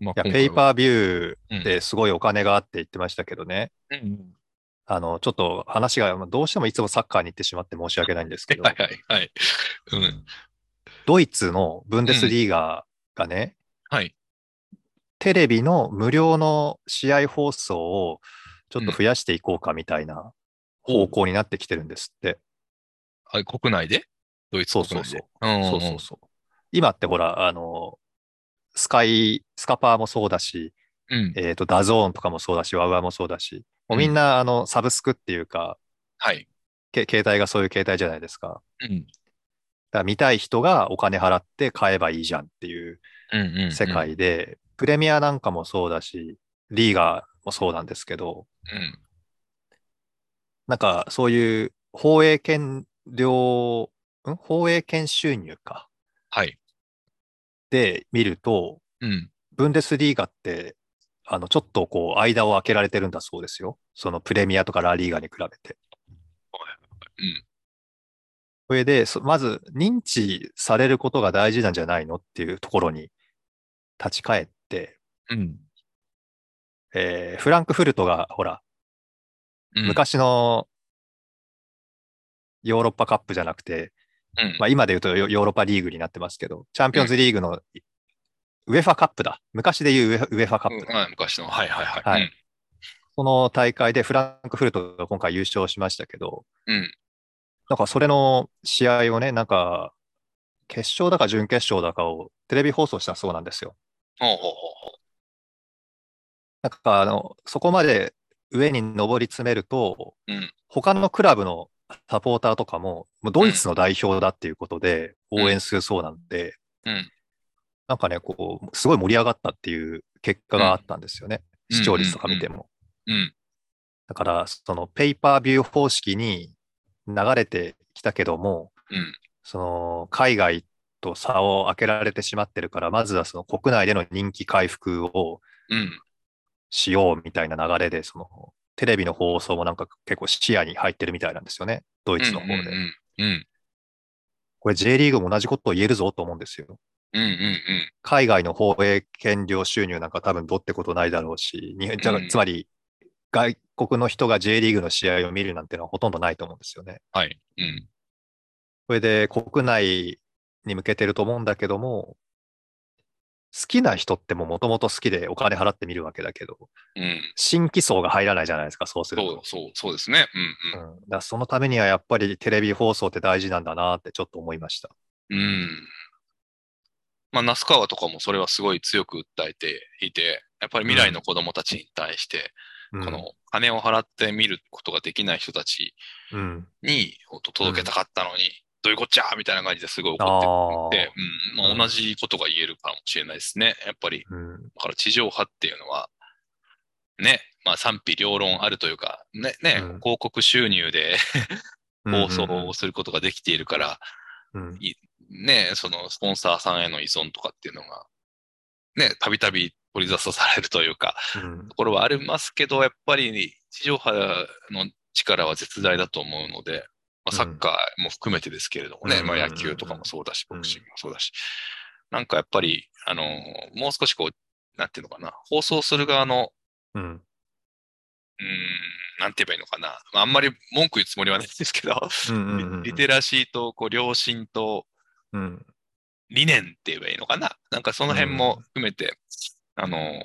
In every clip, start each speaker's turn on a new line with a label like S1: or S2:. S1: ま
S2: い
S1: 今
S2: や、ペ
S1: 回
S2: イ
S1: は
S2: パービューっ
S1: う
S2: てすごいお金があって言ってましたけどね、
S1: うんうん
S2: あの、ちょっと話が、まあどうしてもいつもサッカーに行ってしまって申し訳ないんですけど
S1: は、いはいはい。うん。
S2: ドイツのブンデスリーガーがね、
S1: はい。
S2: テレビの無料の試合放送をちょっと増やしていこうかみたいな方向になってきてるんですって。
S1: あ国内でドイツ
S2: そう
S1: 国
S2: そう
S1: 内
S2: そ
S1: で
S2: う。
S1: うん
S2: そうそうそう。今ってほら、あの、スカイ、スカパーもそうだし、
S1: うん。
S2: えっ、と、ダゾーンとかもそうだし、ワウワウもそうだし、もうみんな、あの、サブスクっていうか、
S1: はい。
S2: け携帯がそういう携帯じゃないですか。
S1: うん。
S2: だから見たい人がお金払って買えばいいじゃんっていう
S1: うんうんうん
S2: 世。界で、プレミアなんかもそうだし、リーガーもそうなんですけど、
S1: うん。
S2: なんかそういう放映権料、ん放映権収入か。
S1: はい。
S2: で見ると、
S1: うん。
S2: ブンデスリーガって、あの、ちょっとこう、間を空けられてるんだそうですよ。そのプレミアとかラリーガに比べて。
S1: うん。
S2: それで、そまず認知されることが大事なんじゃないのっていうところに立ち返って、
S1: うん。
S2: えーフランクフルトが、ほら、
S1: うん。
S2: 昔のヨーロッパカップじゃなくて、
S1: うん
S2: まあ、今で言うとヨヨーロッパリーグになってますけど、チャンピオンズリーグのウェファカップだ。昔で言うウェファウェファカップ
S1: うんはい昔の。はいはいはい。
S2: はいその大会でフランクフルトが今回優勝しましたけど、
S1: うん。うん。
S2: なんかそれの試合をね、なんか決勝だか準決勝だかをテレビ放送したそうなんですよ。
S1: ほうほうほ
S2: なんかあの、そこまで上に上り詰めると、
S1: うほう。うん。
S2: 他のクラブのサポーターとかも、もうドイツの代表だっていうことで
S1: うん
S2: 応援するそうなんで、
S1: うん
S2: なんかね、こう、すごい盛り上がったっていう結果があったんですよね。
S1: うん
S2: 視聴率とか見ても。
S1: うん。
S2: だから、そのペイパービュー方式に流れてきたけども、
S1: うん。
S2: その海外と差を開けられてしまってるから、まずはその国内での人気回復を
S1: うん。
S2: しようみたいな流れで、そのテレビの放送もなんか結構視野に入ってるみたいなんですよね、ドイツの方
S1: うんう
S2: で。
S1: んうん。
S2: これ J リーグも同じことを言えるぞと思うんですよ。
S1: うんうんうん。
S2: 海外の放映権料収入なんか多分どうってことないだろうし、にじゃ
S1: うん
S2: つまり外国の人が J リーグの試合を見るなんてのはほとんどないと思うんですよね。
S1: はい。うん。
S2: それで国内に向けてると思うんだけども、好きな人ってももともと好きでお金払って見るわけだけど、
S1: うん。
S2: 新規層が入らないじゃないですか、そうする
S1: そう
S2: と。
S1: そう、そうですね。うんうん。
S2: うん、だからそのためにはやっぱりテレビ放送って大事なんだなってちょっと思いました。
S1: うん。まあ、那須川とかもそれはすごい強く訴えていて、やっぱり未来の子供たちに対して、
S2: うん、
S1: この金を払って見ることができない人たち
S2: うん、
S1: にお届けたかったのに、どういうこっちゃみたいな感じですごい
S2: あ
S1: 怒
S2: ー
S1: ってて、うんま
S2: う
S1: あ、
S2: ん
S1: 同じことが言えるかもしれないですね。やっぱり、
S2: うん、
S1: だから地上波っていうのは、ね、まあ賛否両論あるというか、ね、ね、
S2: うん
S1: 広告収入で放送
S2: うん
S1: をすることができているから、
S2: うんうん
S1: ね、そのスポンサーさんへの依存とかっていうのが、ね、たびたび取り沙汰されるというか、
S2: うん
S1: ところはありますけど、やっぱり地上波の力は絶大だと思うので、まあ、
S2: うん
S1: サッカーも含めてですけれどもね、
S2: うん
S1: ま
S2: うんうん
S1: あ、
S2: うん
S1: 野球とかもそうだし、
S2: うん
S1: ボクシングもそうだし、なんかやっぱり、あの、もう少しこう、なんていうのかな、放送する側の、
S2: うん
S1: うーん、なんて言えばいいのかな、まああんまり文句言うつもりはないですけど、
S2: うんうんうん
S1: リリテラシーと、こう、良心と、
S2: うん
S1: 理念って言えばいいのかななんかその辺も含めて、あの、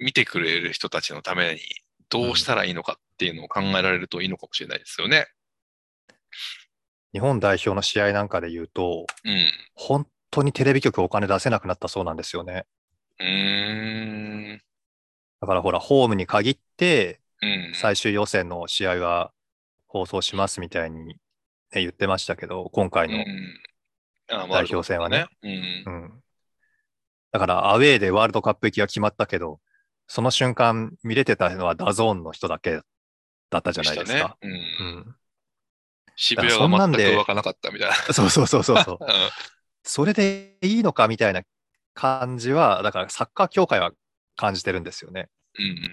S1: 見てくれる人たちのためにどうしたらいいのかっていうのを考えられるといいのかもしれないですよね。
S2: 日本代表の試合なんかで言うと、
S1: うん。
S2: 本当にテレビ局お金出せなくなったそうなんですよね。
S1: うーん。
S2: だからほら、ホームに限って
S1: うん。
S2: 最終予選の試合は放送しますみたいに、ね、言ってましたけど、今回
S1: う
S2: の。
S1: んあ
S2: 代表戦はね。
S1: ワールドカップね
S2: うんだから、アウェーでワールドカップ行きが決まったけど、その瞬間見れてたのはダゾーンの人だけだったじ
S1: う
S2: ゃ
S1: ん。
S2: ない
S1: で
S2: です
S1: したね
S2: か。。
S1: う。
S2: うんん、
S1: 渋谷
S2: だからそんな
S1: が
S2: ん
S1: 全
S2: で
S1: くわからなかったみたいな。
S2: そうそうそうそう そう。
S1: うん
S2: それでいいのかみたいな感じは、だからサッカー協会は感じてるんですよね。
S1: うん。
S2: だか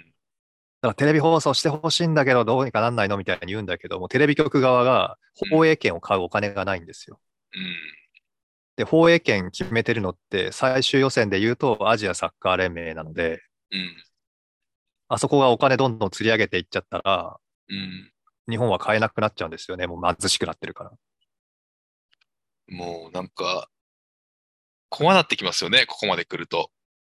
S2: らテレビ放送してほしいんだけど、どうにかなんないのみたいに言うんだけども、テレビ局側が放映権を買うお金がないんですよ。
S1: うん。
S2: で、放映権決めてるのって、最終予選で言うとアジアサッカー連盟なので、
S1: うん。
S2: あそこがお金どんどん釣り上げていっちゃったら、
S1: うん。
S2: 日本は買えなくなっちゃうんですよね。もう貧しくなってるから。
S1: もうなんか、怖なってきますよね、ここまで来ると。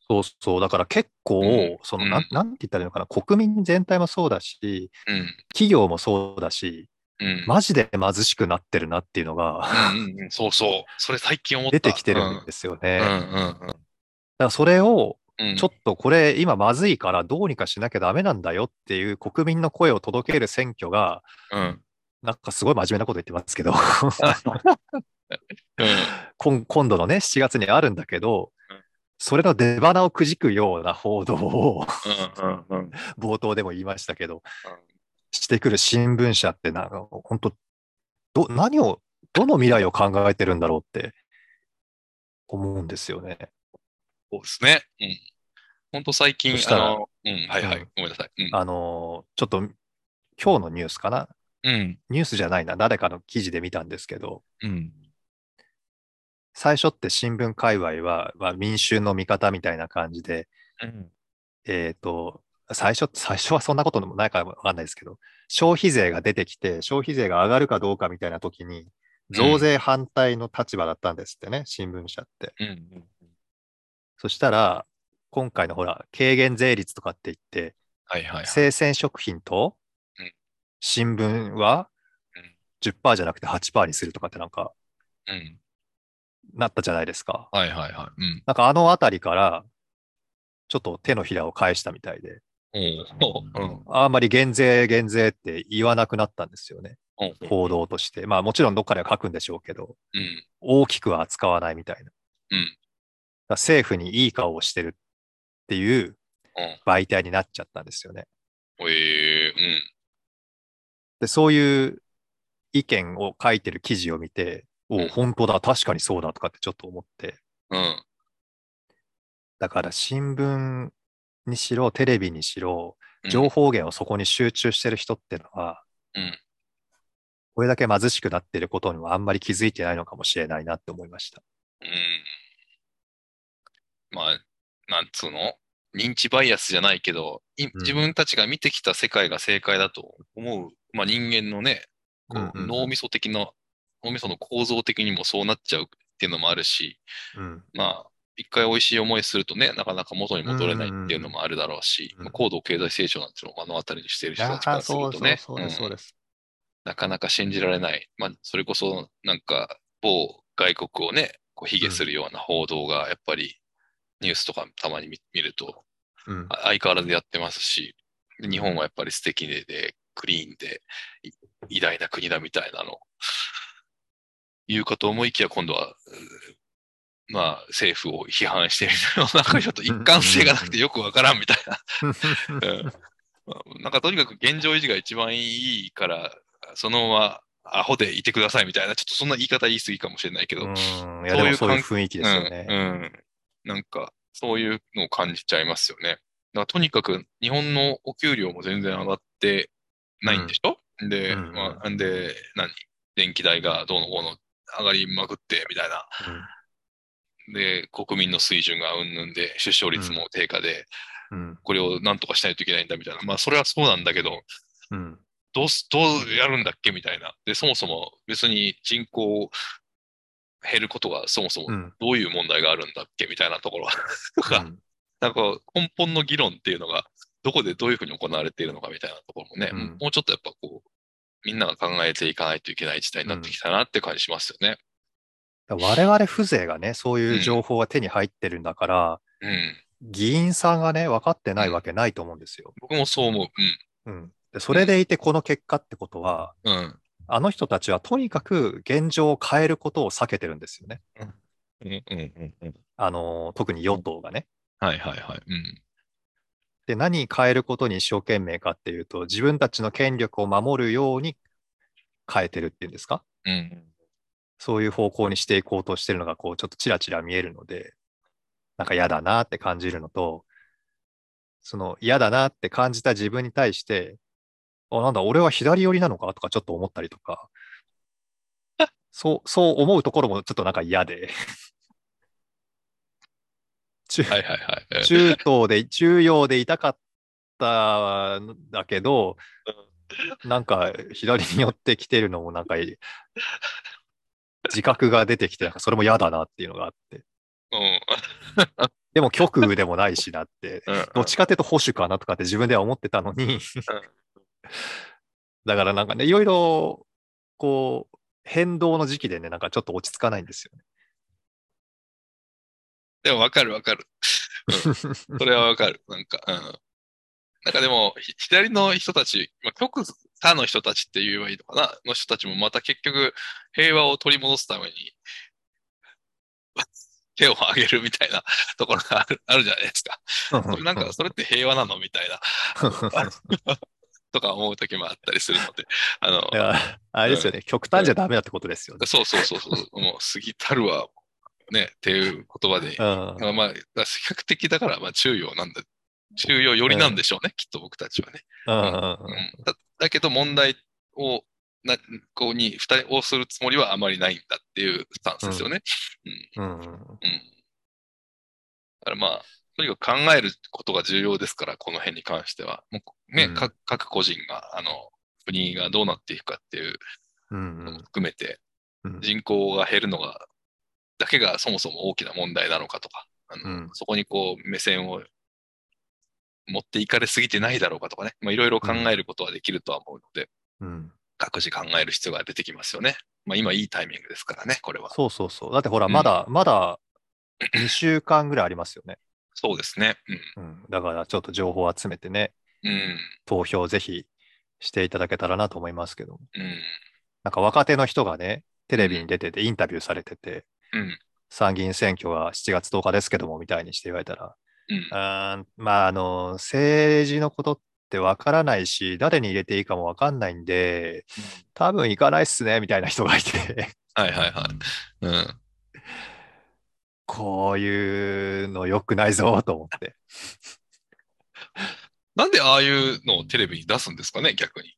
S2: そうそう。だから結構、
S1: うん
S2: そうの、
S1: ん
S2: なん、なんて言ったらいいのかな。国民全体もそうだし、
S1: うん。
S2: 企業もそうだし、
S1: うん。
S2: マジで貧しくなってるなっていうのが
S1: うんうんうん、そうそう。それ最近思った。
S2: 出てきてる
S1: うん
S2: んですよね。
S1: う
S2: だか
S1: んうん
S2: らそれを、
S1: うんうん。
S2: ちょっとこれ今まずいからどうにかしなきゃダメなんだよっていう国民の声を届ける選挙が、
S1: うん。
S2: なんかすごい真面目なこと言ってますけど、
S1: うん。
S2: 今今度のね、7月にあるんだけど
S1: うん、
S2: それの出花をくじくような報道を
S1: うんうんうん。
S2: 冒頭でも言いましたけど、してくる新聞社ってなんか、本当ど、何を、どの未来を考えてるんだろうって思うんですよね。
S1: そうですね。うん。ほんと最近
S2: そ、し
S1: あ
S2: たら
S1: の、うん、はいは
S2: う
S1: い
S2: ん。
S1: ごめんなさい。うん。
S2: あのーちょっと今日のニュースかな、
S1: うん。
S2: ニュースじゃないな、誰かの記事で見たんですけど、
S1: うん。
S2: 最初って新聞界隈は、まあ、民衆の味方みたいな感じで、
S1: うん。
S2: えっ、と、最初、最初はそんなこともないからわかんないですけど、消費税が出てきて、消費税が上がるかどうかみたいな時に、増税反対の立場だったんですってね、新聞社って。
S1: うん。
S2: そしたら、今回のほら、軽減税率とかって言って、
S1: はいはいはい。
S2: 生鮮食品と
S1: うん
S2: 新聞は
S1: うん
S2: 10%じゃなくて8%にするとかってなんか
S1: うん。
S2: なったじゃないですか。
S1: はいはいはい。うん。
S2: なんかあのあたりからちょっと手のひらを返したみたいで、
S1: おううん。
S2: あんまり減税減税って言わなくなったんですよね。
S1: うん。
S2: 報道として。まあもちろんどっかでは書くんでしょうけど、
S1: うん。
S2: 大きくは扱わないみたいな。
S1: うん
S2: だから政府にいい顔をしてるっていう
S1: うん
S2: 媒体になっちゃったんですよね。
S1: ええ
S2: で、そういう意見を書いてる記事を見て、
S1: う
S2: お
S1: ん
S2: お、本当だ、確かにそうだとかってちょっと思って、
S1: うん。うん。
S2: だから新聞にしろ、テレビにしろ、
S1: うん
S2: 情報源をそこに集中してる人ってのは、
S1: うん
S2: これだけ貧しくなってることにもあんまり気づいてないのかもしれないなって思いました。
S1: うん。まあ、なんつうの認知バイアスじゃないけど、い自分たちが見てきた世界が正解だと思う、まあ人間のね、こ
S2: うんうんう
S1: うん脳みそ的な、脳みその構造的にもそうなっちゃうっていうのもあるし、
S2: うん。
S1: まあ、一回美味しい思いするとね、なかなか元に戻れないっていうのもあるだろうし、
S2: うんうんうんうん
S1: 高度経済成長なんていうのを目の当たりにしている人たちか
S2: あ
S1: ら
S2: あ、
S1: する
S2: そう
S1: と
S2: そう
S1: ね、
S2: そうです、そうです。
S1: なかなか信じられない。まあ、それこそ、なんか、某外国をね、こう、卑下するような報道が、やっぱり、ニュースとかたまに見見ると、
S2: うん
S1: あ相変わらずやってますし、で日本はやっぱり素敵で、でクリーンで、い偉大な国だみたいなの、言うかと思いきや、今度は、うんまあ、政府を批判してみたいな、なんかちょっと一貫性がなくてよくわからんみたいな。うんなんかとにかく現状維持が一番いいから、そのままアホでいてくださいみたいな、ちょっとそんな言い方言い過ぎかもしれないけど、
S2: うん。いや、でもそういう雰囲気ですよね。
S1: うんうんなんかそういうのを感じちゃいますよね。だからとにかく日本のお給料も全然上がってないんでしょ、で、
S2: うんうん
S1: まあ、で、何電気代がどうのこうの上がりまくってみたいな。で、国民の水準がうんぬんで、出生率も低下で、
S2: うん。
S1: これをなんとかしないといけないんだみたいな。まあ、それはそうなんだけど、
S2: うん。うん。
S1: どうす、どうやるんだっけみたいな。で、そもそも別に人口減ることがそもそも
S2: うん。
S1: どういう問題があるんだっけみたいなところは とか、なんか根本の議論っていうのが、どこでどういうふうに行われているのかみたいなところもね、
S2: うん
S1: もうちょっとやっぱこう、みんなが考えていかないといけない時代になってきたなって感じしますよね。
S2: だから我々風情がね、そういう情報が手に入ってるんだから、
S1: うん。
S2: 議員さんがね、分かってないわけないと思うんですよ。
S1: 僕もそう思う。
S2: うん、でそれでいて、この結果ってことは、
S1: うん。うん。
S2: あの人たちはとにかく現状を変えることを避けてるんですよね。
S1: うんうんうん。
S2: あのー特に与党がね。
S1: はいはいはい。うん。
S2: で、何変えることに一生懸命かっていうと、自分たちの権力を守るように変えてるっていうんですか
S1: うん。
S2: そういう方向にしていこうとしてるのが、こう、ちょっとちらちら見えるので、なんか嫌だなって感じるのと、その嫌だなって感じた自分に対して、あ、なんだ、俺は左寄りなのかとかちょっと思ったりとか、そう、そう思うところもちょっとなんか嫌で。中
S1: はいはいはい。うん
S2: 中東で、中央でいたかったんだけど、なんか左に寄ってきてるのもなんかいい、自覚が出てきて、なんかそれも嫌だなっていうのがあって。
S1: うん。
S2: でも極右でもないしなって、
S1: うん
S2: どっちかっていうと保守かなとかって自分では思ってたのに、だからなんかね、いろいろ、こう、変動の時期でね、なんかちょっと落ち着かないんですよね。
S1: でもわかるわかる。 うん、それはわかる。なんか、うん。なんかでも、ひ左の人たち、まあ、極左の人たちって言えばいいのかなの人たちもまた結局、平和を取り戻すために、 手を挙げるみたいな ところがあるあるじゃないですか。それなん か、それって平和なのみたいな、とか思う時もあったりするので、あの、
S2: いやあれですよね、極端じゃダメだってことですよね。
S1: そうそうそう そう、もう過ぎたるは、ね、っていう言葉で
S2: う、ん、
S1: まあまあ、だから比較的だから、まあ、中庸なんだ。中庸よりなんでしょうね、きっと僕たちはね。
S2: うん
S1: う、ん、だだけど問題を、なこうに、二人をするつもりはあまりないんだっていうスタンスですよね。
S2: うん、うん。
S1: うん。だからまあ、とにかく考えることが重要ですから、この辺に関しては。もうね、
S2: うん
S1: 各各個人が、あの、国がどうなっていくかっていう
S2: うん、う
S1: のも
S2: ん
S1: 含めて、
S2: うん
S1: 人口が減るのが、だけがそもそも大きな問題なのかとか、あの
S2: うん
S1: そこにこう目線を持っていかれすぎてないだろうかとかね、まあいろいろ考えることはできるとは思うので、
S2: うん。
S1: 各自考える必要が出てきますよね。まあ今いいタイミングですからね、これは。
S2: そうそうそう。だってほら、
S1: うん
S2: まだ、まだ2週間ぐらいありますよね。
S1: そうですね。
S2: うん、だから、ちょっと情報を集めてね、
S1: うん。うん。
S2: 投票ぜひしていただけたらなと思いますけども
S1: うん。
S2: なんか若手の人がね、テレビに出てて、インタビューされてて、
S1: うん
S2: 参議院選挙は7月10日ですけども、みたいにして言われたら、
S1: うん。
S2: あーまあ、あの、政治のことってわからないし、誰に入れていいかもわかんないんで、多分行かないっすね、みたいな人がいて、
S1: はいはいはい。うん。
S2: こういうの良くないぞ、と思 って。
S1: なんでああいうのをテレビに出すんですかね、逆に。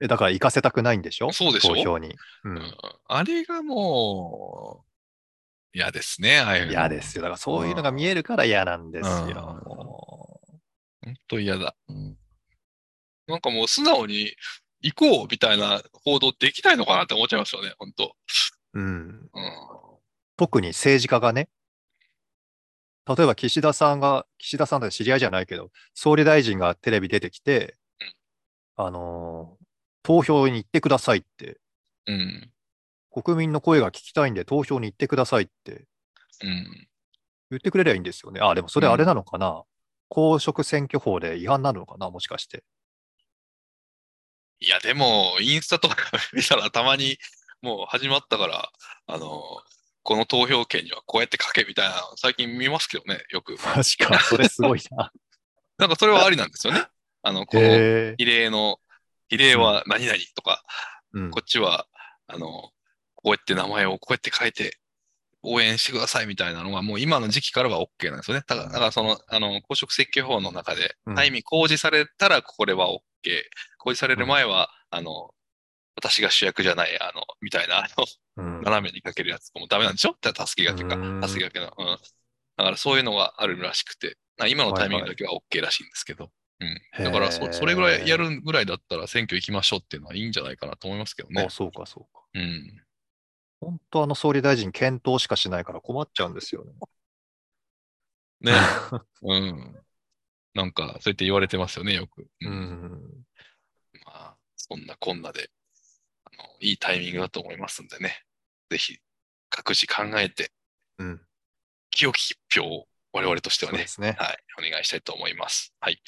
S2: えだから行かせたくないんでしょ
S1: そうでしょ
S2: 投票に。う
S1: うんん。あれがもう、嫌ですね、ああいうの。
S2: 嫌ですよ。だからそういうのが見えるから嫌なんですよ。
S1: うん
S2: も
S1: 本当嫌だ。なんかもう素直に行こうみたいな報道できないのかなって思っちゃいますよね、本当。
S2: うう
S1: う
S2: ん。
S1: ん。
S2: 特に政治家がね、例えば岸田さんが、岸田さんと知り合いじゃないけど、総理大臣がテレビ出てきて、あのー投票に行ってくださいって、
S1: うん。
S2: 国民の声が聞きたいんで投票に行ってくださいって
S1: うん。
S2: 言ってくれりゃいいんですよね。あ、でもそれあれなのかな、公職選挙法で違反なのかなもしかして。
S1: いや、でも、インスタとか見たらたまにもう始まったから、あの、この投票権にはこうやって書けみたいなの最近見ますけどね、よく。
S2: 確か、それすごい な。
S1: なんかそれはありなんですよね。あの、この
S2: へえ
S1: 比例の、比例は何々とか、
S2: うん
S1: こっちは、あの、こうやって名前をこうやって書いて、応援してくださいみたいなのが、もう今の時期からは OK なんですよね。だから、だからその、あの、公職設計法の中で
S2: うん、
S1: タイミング公示されたらこれは OK。公示される前は、あの、私が主役じゃない、あの、みたいな、あの、
S2: うん
S1: 斜めにかけるやつとかもダメなんでしょたすきがけか
S2: うーん。
S1: たすきがけの。うん。だからそういうのがあるらしくて、な今のタイミングだけは OK らしいんですけど。うん。だから
S2: へ
S1: そ、
S2: ー
S1: それぐらいやるぐらいだったら選挙行きましょうっていうのはいいんじゃないかなと思いますけどね
S2: あ、。そうか、そうか。
S1: うん。
S2: 本当、あの総理大臣、検討しかしないから困っちゃうんですよ
S1: ね。
S2: ね。
S1: うん。なんか、そうやって言われてますよね、よく。
S2: う
S1: ま
S2: ん。
S1: あ、そんなこんなで、あの、いいタイミングだと思いますんでね。ぜひ、各自考えて、
S2: うん。
S1: 清き一票を我々として
S2: そう
S1: はね
S2: で、すね。
S1: はい、お願いしたいと思います。はい。